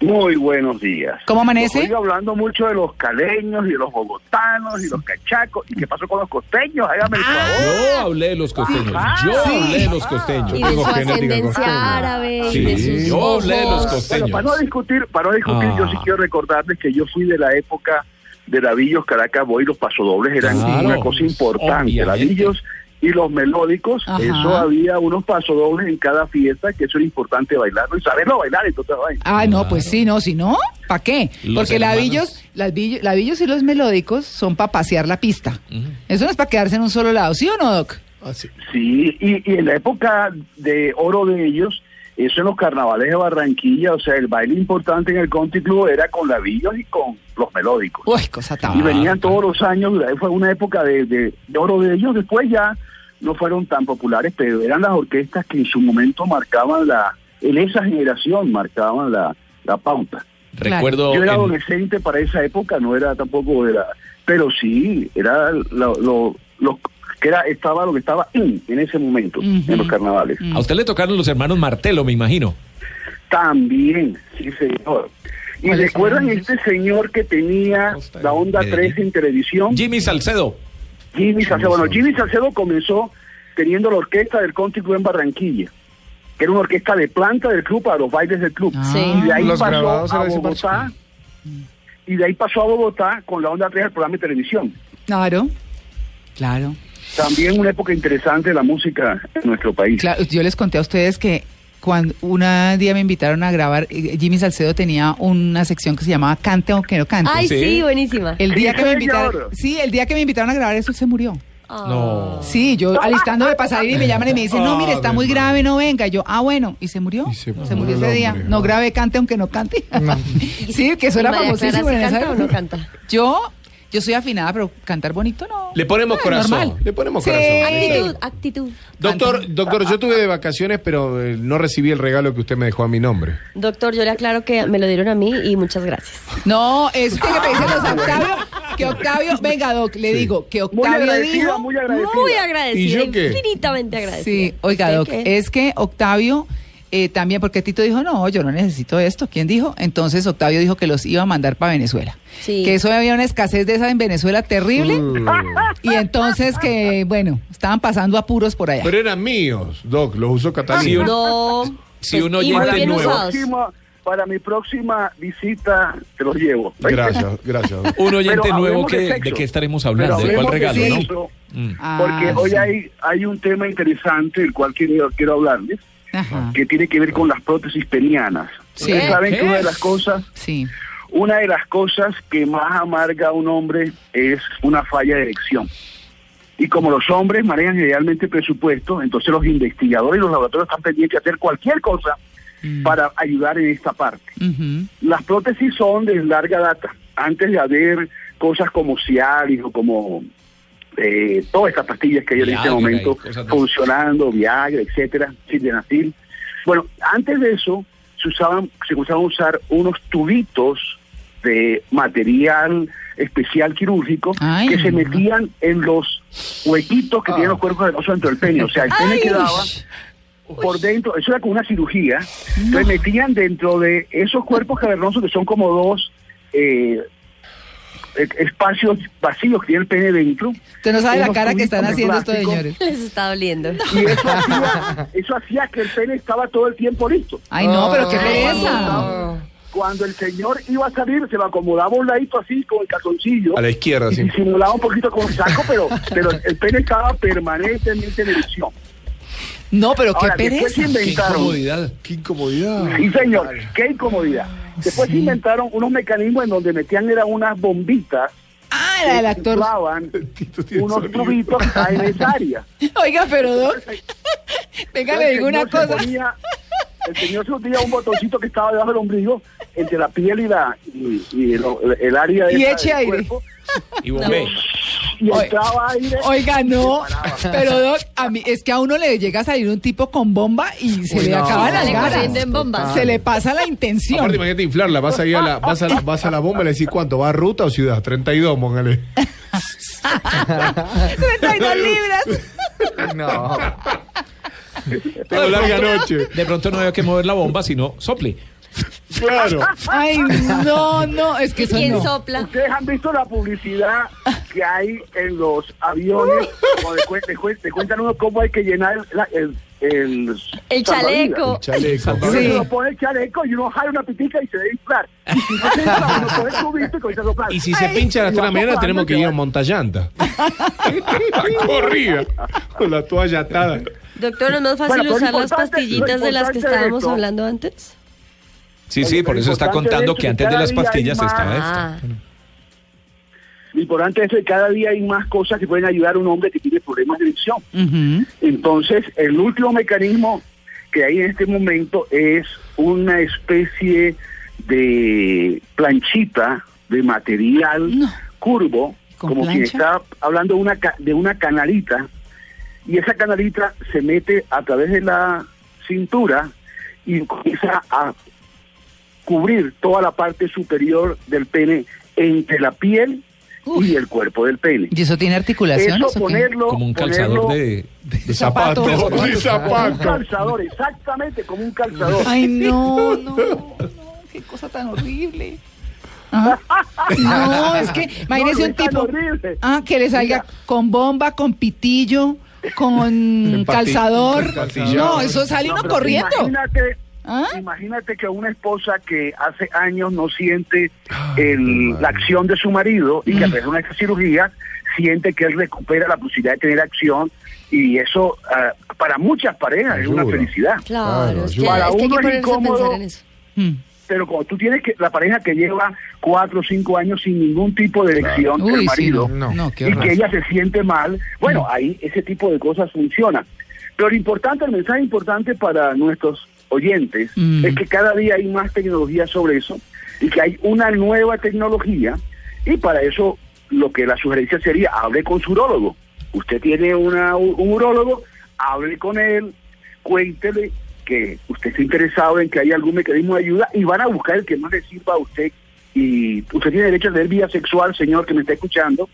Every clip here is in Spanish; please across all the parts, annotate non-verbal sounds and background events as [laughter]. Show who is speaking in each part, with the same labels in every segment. Speaker 1: Muy buenos días.
Speaker 2: ¿Cómo amanece?
Speaker 1: Los oigo hablando mucho de los caleños y de los bogotanos y los cachacos. ¿Y qué pasó con los costeños? Hágame el
Speaker 2: Ah,
Speaker 1: favor.
Speaker 3: Yo hablé de los costeños. Yo
Speaker 2: Sí.
Speaker 3: hablé de los costeños.
Speaker 4: Ah. Y de
Speaker 3: Tengo
Speaker 4: su
Speaker 3: genética
Speaker 4: ascendencia
Speaker 3: costeña.
Speaker 4: árabe, y
Speaker 3: Sí,
Speaker 4: de sus
Speaker 3: yo hablé de los
Speaker 4: ojos. pues,
Speaker 3: costeños.
Speaker 1: Bueno, para no discutir, para no discutir, yo sí
Speaker 3: Ah.
Speaker 1: quiero recordarles que yo fui de la época de Lavillos, Caracas, Boy, los pasodobles eran
Speaker 3: Claro,
Speaker 1: una cosa importante.
Speaker 3: obviamente.
Speaker 1: Lavillos y los melódicos,
Speaker 2: Ajá.
Speaker 1: eso había unos pasodobles en cada fiesta, que eso era importante bailarlo y saberlo bailar y todo eso.
Speaker 2: Ah, no, pues sí, no, si no, ¿para qué?
Speaker 3: Los
Speaker 2: Porque
Speaker 3: hermanos.
Speaker 2: lavillos, lavillos, lavillos y los melódicos son para pasear la pista. Eso no es para quedarse en un solo lado, ¿sí o no, Doc?
Speaker 1: Sí, y, y en la época de oro de ellos, eso en los carnavales de Barranquilla, o sea, el baile importante en el Conti Club era con lavillos y con los melódicos.
Speaker 2: Uy, cosa
Speaker 1: y
Speaker 2: tan...
Speaker 3: Ah,
Speaker 1: venían todos los años, la- fue una época de, de- de oro de ellos, después ya no fueron tan populares, pero eran las orquestas que en su momento marcaban la, en esa generación marcaban la, la pauta.
Speaker 3: Recuerdo.
Speaker 1: Yo era
Speaker 3: en-
Speaker 1: adolescente para esa época, no era tampoco era, pero sí, era lo, lo, lo que era, estaba lo que estaba in en ese momento,
Speaker 2: Ujú.
Speaker 1: en los carnavales.
Speaker 3: A usted le tocaron los hermanos Martelo, me imagino.
Speaker 1: También, sí señor. Y
Speaker 2: ¿Cuáles
Speaker 1: recuerdan
Speaker 2: son?
Speaker 1: este señor que tenía
Speaker 3: Costa
Speaker 1: la onda
Speaker 3: Medellín.
Speaker 1: 3 en televisión,
Speaker 3: Jimmy Salcedo.
Speaker 1: Jimmy Salcedo. Bueno, Jimmy Salcedo comenzó teniendo la orquesta del Country Club en Barranquilla, que era una orquesta de planta del club para los bailes del club.
Speaker 2: Ah.
Speaker 4: Sí.
Speaker 1: Y de ahí
Speaker 5: Los grabados
Speaker 1: pasó a
Speaker 5: era ese
Speaker 1: Bogotá.
Speaker 5: parche.
Speaker 1: Y de ahí pasó a Bogotá con la onda 3 del programa de televisión.
Speaker 2: Claro, claro.
Speaker 1: También una época interesante de la música en nuestro país. [laughs]
Speaker 2: Claro, yo les conté a ustedes que cuando un día me invitaron a grabar, eh, Jimmy Salcedo tenía una sección que se llamaba Cante aunque no cante.
Speaker 4: Ay,
Speaker 3: Sí.
Speaker 4: sí, buenísima.
Speaker 2: el día
Speaker 1: Sí,
Speaker 2: que me
Speaker 1: señor.
Speaker 2: invitaron, sí, el día que me invitaron a grabar eso él se murió.
Speaker 4: Ah.
Speaker 3: No.
Speaker 2: Sí, yo
Speaker 4: [laughs]
Speaker 2: alistando de pasar y me llaman y me dicen, "No, mire, está muy grave, no venga." Yo, "Ah, bueno." Y se murió.
Speaker 5: Y
Speaker 2: se,
Speaker 5: se
Speaker 2: murió
Speaker 5: murió el
Speaker 2: ese día.
Speaker 5: hombre.
Speaker 2: No grave cante aunque no cante. [laughs] sí, que eso
Speaker 4: ¿Y
Speaker 2: era
Speaker 4: María Clara
Speaker 2: famosísimo
Speaker 4: sí
Speaker 2: en esa
Speaker 4: canta o no
Speaker 2: época.
Speaker 4: canta?
Speaker 2: Yo yo soy afinada, pero cantar bonito no.
Speaker 3: Le ponemos
Speaker 2: Ah,
Speaker 3: corazón.
Speaker 2: normal.
Speaker 5: Le ponemos
Speaker 2: Sí.
Speaker 5: corazón.
Speaker 4: Actitud, actitud.
Speaker 5: Doctor, doctor, yo tuve de vacaciones, pero eh, no recibí el regalo que usted me dejó a mi nombre.
Speaker 4: Doctor, yo le aclaro que me lo dieron a mí y muchas gracias.
Speaker 2: [laughs] No, es que me dicen los Octavio, que Octavio, venga, Doc, le digo, que
Speaker 1: Muy
Speaker 2: Octavio
Speaker 1: agradecido,
Speaker 2: dijo.
Speaker 1: muy agradecido.
Speaker 4: Muy agradecida,
Speaker 5: ¿Y yo qué?
Speaker 4: infinitamente agradecida.
Speaker 2: Sí, oiga,
Speaker 4: ¿Usted
Speaker 2: Doc,
Speaker 4: qué?
Speaker 2: es que Octavio eh, también, porque Tito dijo, no, yo no necesito esto. ¿Quién dijo? Entonces Octavio dijo que los iba a mandar para Venezuela.
Speaker 4: Sí.
Speaker 2: Que eso había una escasez de esa en Venezuela terrible.
Speaker 1: Mm.
Speaker 2: Y entonces que, bueno, estaban pasando apuros por allá.
Speaker 5: Pero eran míos, Doc, los usó
Speaker 3: Sí,
Speaker 5: Catalina.
Speaker 3: uno-
Speaker 4: Ah, No.
Speaker 3: Si un
Speaker 4: y muy
Speaker 3: oyente
Speaker 4: bien
Speaker 3: nuevo-
Speaker 4: usados.
Speaker 1: Próxima- para mi próxima visita te los llevo. ¿Oíste?
Speaker 5: Gracias, gracias. Doc.
Speaker 3: Un oyente
Speaker 1: Pero
Speaker 3: nuevo
Speaker 1: hablemos
Speaker 3: que,
Speaker 1: de
Speaker 3: de,
Speaker 1: sexo.
Speaker 3: qué estaremos
Speaker 1: Pero
Speaker 3: hablando, de cuál
Speaker 1: hablemos
Speaker 3: regalo,
Speaker 2: de
Speaker 3: ¿no?
Speaker 1: sexo,
Speaker 3: Mm.
Speaker 2: Ah,
Speaker 1: Porque hoy
Speaker 2: sí.
Speaker 1: hay, hay un tema interesante del cual quiero, quiero hablarles,
Speaker 2: Ajá.
Speaker 1: que tiene que ver con las prótesis penianas.
Speaker 2: Sí.
Speaker 1: Ustedes saben
Speaker 3: Ah. ¿Qué
Speaker 1: que una de
Speaker 3: es?
Speaker 1: las cosas,
Speaker 2: Sí.
Speaker 1: una de las cosas que más amarga a un hombre es una falla de erección. Y como los hombres manejan generalmente presupuesto, entonces los investigadores y los laboratorios están pendientes de hacer cualquier cosa
Speaker 3: Mm.
Speaker 1: para ayudar en esta parte.
Speaker 2: Ujú.
Speaker 1: Las prótesis son de larga data, antes de haber cosas como Cialis o como eh, todas estas pastillas que hay en este
Speaker 3: Viagra y
Speaker 1: momento
Speaker 3: cosas de-
Speaker 1: funcionando, Viagra, etcétera, sildenafil. Bueno, antes de eso se usaban, se usaban usar unos tubitos de material especial quirúrgico
Speaker 2: Ay,
Speaker 1: que se
Speaker 2: no.
Speaker 1: metían en los huequitos que tienen
Speaker 3: Ah.
Speaker 1: los cuerpos del oso dentro del pene. O sea, el pene
Speaker 4: Ay.
Speaker 1: quedaba por dentro, eso era como una cirugía, entonces metían dentro de esos cuerpos cavernosos que son como dos eh, e- espacios vacíos que tiene el pene dentro.
Speaker 2: Usted no sabe la
Speaker 1: unos
Speaker 2: cara que
Speaker 1: tubitos
Speaker 2: están
Speaker 1: de
Speaker 2: haciendo estos
Speaker 1: plástico,
Speaker 2: señores.
Speaker 4: Les está doliendo.
Speaker 1: Y eso hacía, eso hacía que el pene estaba todo el tiempo listo.
Speaker 2: Ay, no, pero qué
Speaker 5: Ah.
Speaker 2: pereza.
Speaker 1: Cuando el señor iba a salir, se lo acomodaba a un ladito así con el calzoncillo.
Speaker 5: A la izquierda,
Speaker 1: y
Speaker 5: sí.
Speaker 1: simulaba un poquito con saco, pero, pero el pene estaba permanentemente en erección.
Speaker 2: No, pero qué
Speaker 1: Ahora, después se
Speaker 2: pereza.
Speaker 3: Qué
Speaker 1: inventaron
Speaker 3: incomodidad.
Speaker 5: Qué incomodidad.
Speaker 1: Sí, señor, qué incomodidad.
Speaker 5: Ah,
Speaker 1: Después se inventaron unos mecanismos en donde metían era unas bombitas
Speaker 2: Ah, la del
Speaker 1: que
Speaker 2: actor.
Speaker 5: [laughs]
Speaker 1: inflaban
Speaker 5: Tito tiene
Speaker 1: unos
Speaker 5: sonido.
Speaker 1: tubitos a
Speaker 5: [laughs]
Speaker 1: esa área.
Speaker 2: Oiga, pero Doc, venga,
Speaker 1: Entonces,
Speaker 2: le digo
Speaker 1: el
Speaker 2: una
Speaker 1: señor se
Speaker 2: cosa.
Speaker 1: ponía- el señor se ponía un botoncito que estaba debajo del ombligo, entre la piel y, la, y, y el, el área de
Speaker 2: Y
Speaker 1: esa
Speaker 2: eche
Speaker 1: del
Speaker 2: aire.
Speaker 1: cuerpo,
Speaker 3: Y bombé.
Speaker 1: y
Speaker 2: Oye.
Speaker 1: entraba aire.
Speaker 2: Oiga,
Speaker 4: [laughs]
Speaker 2: no,
Speaker 1: Se paraba.
Speaker 2: pero Doc, a mí, es que a uno le llega a salir un tipo con bomba y se
Speaker 5: Uy,
Speaker 2: le
Speaker 5: no.
Speaker 2: acaban las
Speaker 4: Sale corriendo
Speaker 2: ganas.
Speaker 4: en bombas.
Speaker 2: Se le pasa la intención.
Speaker 5: Aparte, imagínate inflarla, vas ahí a la, vas a la, vas a la bomba y le decís cuánto, ¿va a ruta o ciudad? 32, póngale.
Speaker 2: 32 libras.
Speaker 5: Tengo larga noche.
Speaker 3: De pronto no había que mover la bomba, sino sople.
Speaker 5: Claro.
Speaker 2: Ay, no, no, es que eso
Speaker 4: ¿Quién
Speaker 2: no.
Speaker 4: sopla?
Speaker 1: Ustedes han visto la publicidad que hay en los
Speaker 2: [laughs]
Speaker 1: aviones, cuando te, cuen- te cuen- te cuentan uno cómo hay que llenar la- el, el,
Speaker 4: El
Speaker 1: salvavidas.
Speaker 4: chaleco.
Speaker 5: Chaleco.
Speaker 1: Ahora
Speaker 2: Sí.
Speaker 1: uno pone el chaleco y uno jala una pitica y se debe inflar. Y si no se infla, uno coge el tubito y comienza a soplar.
Speaker 5: Y si se pincha a las 3 de la mañana, tenemos que ir a Montallanta. [laughs] Corrida. Con la toalla atada.
Speaker 4: Doctor, ¿no es más fácil
Speaker 1: Bueno, pero
Speaker 4: usar
Speaker 1: lo
Speaker 4: las
Speaker 1: importante-
Speaker 4: pastillitas
Speaker 1: lo
Speaker 4: de las que
Speaker 1: importante de
Speaker 4: estábamos
Speaker 1: esto-
Speaker 4: hablando antes?
Speaker 3: Sí, sí,
Speaker 1: Oye,
Speaker 3: por
Speaker 1: pero
Speaker 3: eso está
Speaker 1: importante
Speaker 3: contando
Speaker 1: es
Speaker 3: que
Speaker 1: que
Speaker 3: antes de
Speaker 1: cada
Speaker 3: las
Speaker 1: día hay
Speaker 3: pastillas
Speaker 1: más.
Speaker 3: estaba esto.
Speaker 4: Ah,
Speaker 1: Lo importante es que cada día hay más cosas que pueden ayudar a un hombre que tiene problemas de adicción.
Speaker 2: Ujú.
Speaker 1: Entonces, el último mecanismo que hay en este momento es una especie de planchita de material
Speaker 2: No.
Speaker 1: curvo,
Speaker 2: ¿Con
Speaker 1: como quien
Speaker 2: plancha?
Speaker 1: está hablando de una, ca- de una canalita, y esa canalita se mete a través de la cintura y comienza a cubrir toda la parte superior del pene entre la piel y el cuerpo del pene.
Speaker 2: ¿Y eso tiene articulaciones?
Speaker 1: Eso
Speaker 2: o qué?
Speaker 1: ponerlo,
Speaker 3: Como un
Speaker 1: ponerlo-
Speaker 3: calzador de... de-
Speaker 5: De zapato.
Speaker 2: Zapato.
Speaker 5: De
Speaker 1: como un
Speaker 5: zapato.
Speaker 1: calzador, exactamente como un calzador.
Speaker 2: Ay, no,
Speaker 1: [laughs]
Speaker 2: no, no, qué cosa tan horrible. Ah, No, es que imagínese
Speaker 1: No, no
Speaker 2: un
Speaker 1: es tan
Speaker 2: tipo
Speaker 1: horrible.
Speaker 2: ah, que le salga
Speaker 1: Mira.
Speaker 2: con bomba, con pitillo, con
Speaker 5: En pati-
Speaker 2: calzador.
Speaker 5: en calzador.
Speaker 2: No, eso sale
Speaker 1: No,
Speaker 2: uno
Speaker 1: pero
Speaker 2: corriendo.
Speaker 1: Imagínate,
Speaker 2: ¿Ah?
Speaker 1: imagínate que una esposa que hace años no siente el- la acción de su marido
Speaker 2: Mm.
Speaker 1: y que a través de una cirugía siente que él recupera la posibilidad de tener acción y eso ah, para muchas parejas es una
Speaker 5: Ayuda.
Speaker 1: felicidad.
Speaker 5: Claro,
Speaker 4: claro, es que,
Speaker 5: ayuda.
Speaker 4: es que hay que
Speaker 1: Para uno
Speaker 4: ponerse
Speaker 1: es
Speaker 4: a pensar
Speaker 1: incómodo.
Speaker 4: en eso.
Speaker 2: Mm.
Speaker 1: Pero cuando tú tienes que la pareja que lleva cuatro o cinco años sin ningún tipo de elección del
Speaker 2: Uy, sí,
Speaker 1: marido,
Speaker 2: no, no, qué
Speaker 1: y
Speaker 2: horror. Mm.
Speaker 1: que ella se siente mal, bueno, ahí ese tipo de cosas funcionan. Pero lo importante, el mensaje importante para nuestros oyentes
Speaker 2: Mm.
Speaker 1: es que cada día hay más tecnología sobre eso y que hay una nueva tecnología y para eso lo que la sugerencia sería, hable con su urólogo. Usted tiene una, u- un urólogo, hable con él, cuéntele que usted está interesado en que haya algún mecanismo de ayuda y van a buscar el que más le sirva a usted. Y usted tiene derecho a tener vida sexual, señor que me está escuchando,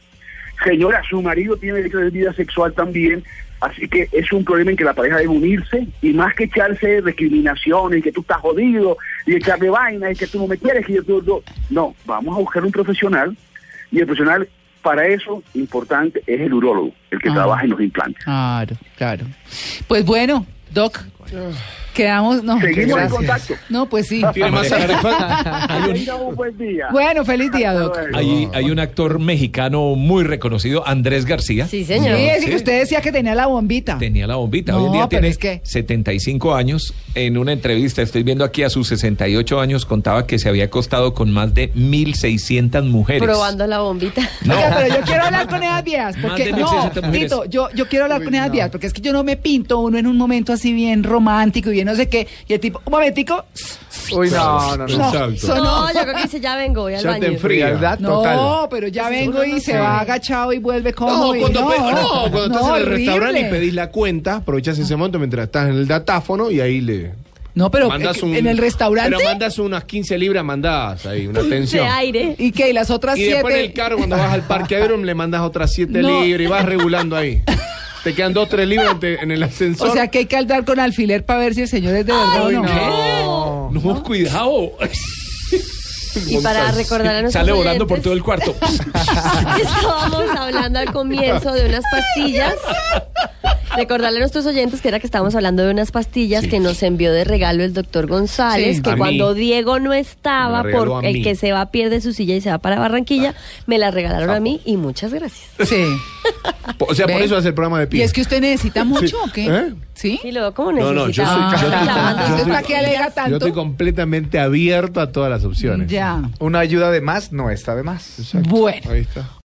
Speaker 1: Señora, su marido tiene derecho de vida sexual también, así que es un problema en que la pareja debe unirse y más que echarse discriminaciones, que tú estás jodido y echarle vaina y que tú no me quieres y yo tú no. No, vamos a buscar un profesional y el profesional para eso importante es el urólogo, el que
Speaker 2: Ah.
Speaker 1: trabaja en los implantes.
Speaker 2: Claro, claro. Pues bueno, Doc,
Speaker 5: Ah.
Speaker 2: quedamos. No,
Speaker 1: Seguimos en
Speaker 2: gracias.
Speaker 1: contacto.
Speaker 2: No, pues sí.
Speaker 5: Tiene más artefactos.
Speaker 1: Que tengan un buen día.
Speaker 2: Bueno, feliz día,
Speaker 1: Hasta
Speaker 2: Doc.
Speaker 1: luego.
Speaker 3: Hay, hay un actor mexicano muy reconocido, Andrés García.
Speaker 4: Sí,
Speaker 2: Sí,
Speaker 4: señor.
Speaker 2: es que
Speaker 3: Sí.
Speaker 2: usted decía que tenía la bombita.
Speaker 3: Tenía la bombita. Hoy en
Speaker 2: No,
Speaker 3: día
Speaker 2: pero
Speaker 3: tiene
Speaker 2: es que-
Speaker 3: 75 años. En una entrevista, estoy viendo aquí a sus 68 años, contaba que se había acostado con más de 1.600 mujeres.
Speaker 4: Probando la bombita.
Speaker 3: No.
Speaker 2: Oiga, pero yo quiero hablar con esas viejas, porque
Speaker 3: Más de
Speaker 2: no,
Speaker 3: 1.600 mujeres.
Speaker 2: Tito, yo, yo quiero hablar con esas viejas, porque es que yo no me pinto uno en un momento así bien romántico y bien no sé qué, y el tipo, un momentico,
Speaker 6: Uy, no, no, no.
Speaker 2: no,
Speaker 5: Exacto.
Speaker 2: eso no.
Speaker 4: No, yo creo que dice, ya vengo, voy al
Speaker 5: Ya te
Speaker 4: baño.
Speaker 5: enfría.
Speaker 6: Frialdad
Speaker 2: No,
Speaker 6: total.
Speaker 2: pero ya vengo y se va agachado y vuelve
Speaker 5: No,
Speaker 2: como. y
Speaker 5: cuando, pe- no, cuando estás
Speaker 2: no,
Speaker 5: en el
Speaker 2: horrible.
Speaker 5: restaurante y pedís la cuenta, aprovechás ese momento mientras estás en el datáfono y ahí le
Speaker 2: No, pero
Speaker 5: mandás
Speaker 2: eh,
Speaker 5: un.
Speaker 2: en el restaurante.
Speaker 5: Pero mandas unas 15 libras, mandás ahí una
Speaker 4: De
Speaker 5: atención.
Speaker 4: aire.
Speaker 2: ¿Y qué? ¿Y las otras
Speaker 5: Y
Speaker 2: siete?
Speaker 5: después en el carro, cuando vas al parque Aerom, le mandas otras 7
Speaker 2: No.
Speaker 5: libras y vas regulando ahí. Te quedan 2, 3 libras en te- en el ascensor.
Speaker 2: O sea que hay que andar con alfiler para ver si el señor es de verdad o
Speaker 5: Ay,
Speaker 2: no.
Speaker 5: no.
Speaker 3: No, cuidado.
Speaker 4: Y para recordar a nuestros
Speaker 3: Sale volando
Speaker 4: oyentes,
Speaker 3: por todo el cuarto.
Speaker 4: [laughs] Estábamos hablando al comienzo de unas pastillas. Recordarle a nuestros oyentes que era que estábamos hablando de unas pastillas que nos envió de regalo el doctor González,
Speaker 2: Sí.
Speaker 4: que
Speaker 5: A mí.
Speaker 4: cuando Diego no estaba,
Speaker 5: Me la regaló
Speaker 4: por
Speaker 5: a
Speaker 4: el
Speaker 5: mí. Ah.
Speaker 4: que se va pierde su silla y se va para Barranquilla, me la regalaron a mí y muchas gracias.
Speaker 2: Sí.
Speaker 5: Po- o sea, por
Speaker 2: ¿Ven?
Speaker 5: eso hace el programa de pie.
Speaker 2: ¿Y es que usted necesita mucho o qué?
Speaker 5: ¿Eh?
Speaker 2: ¿Sí?
Speaker 4: Y luego, ¿cómo
Speaker 5: No, no, yo soy-
Speaker 4: necesitaba?
Speaker 5: yo estoy-
Speaker 4: Lavando
Speaker 5: yo
Speaker 4: sus
Speaker 5: estoy-
Speaker 2: ¿Para qué alega
Speaker 5: Yo
Speaker 2: tanto?
Speaker 5: estoy completamente abierto a todas las opciones.
Speaker 2: Ya.
Speaker 6: Una ayuda de más no está de más.
Speaker 2: Bueno.
Speaker 5: Ahí está.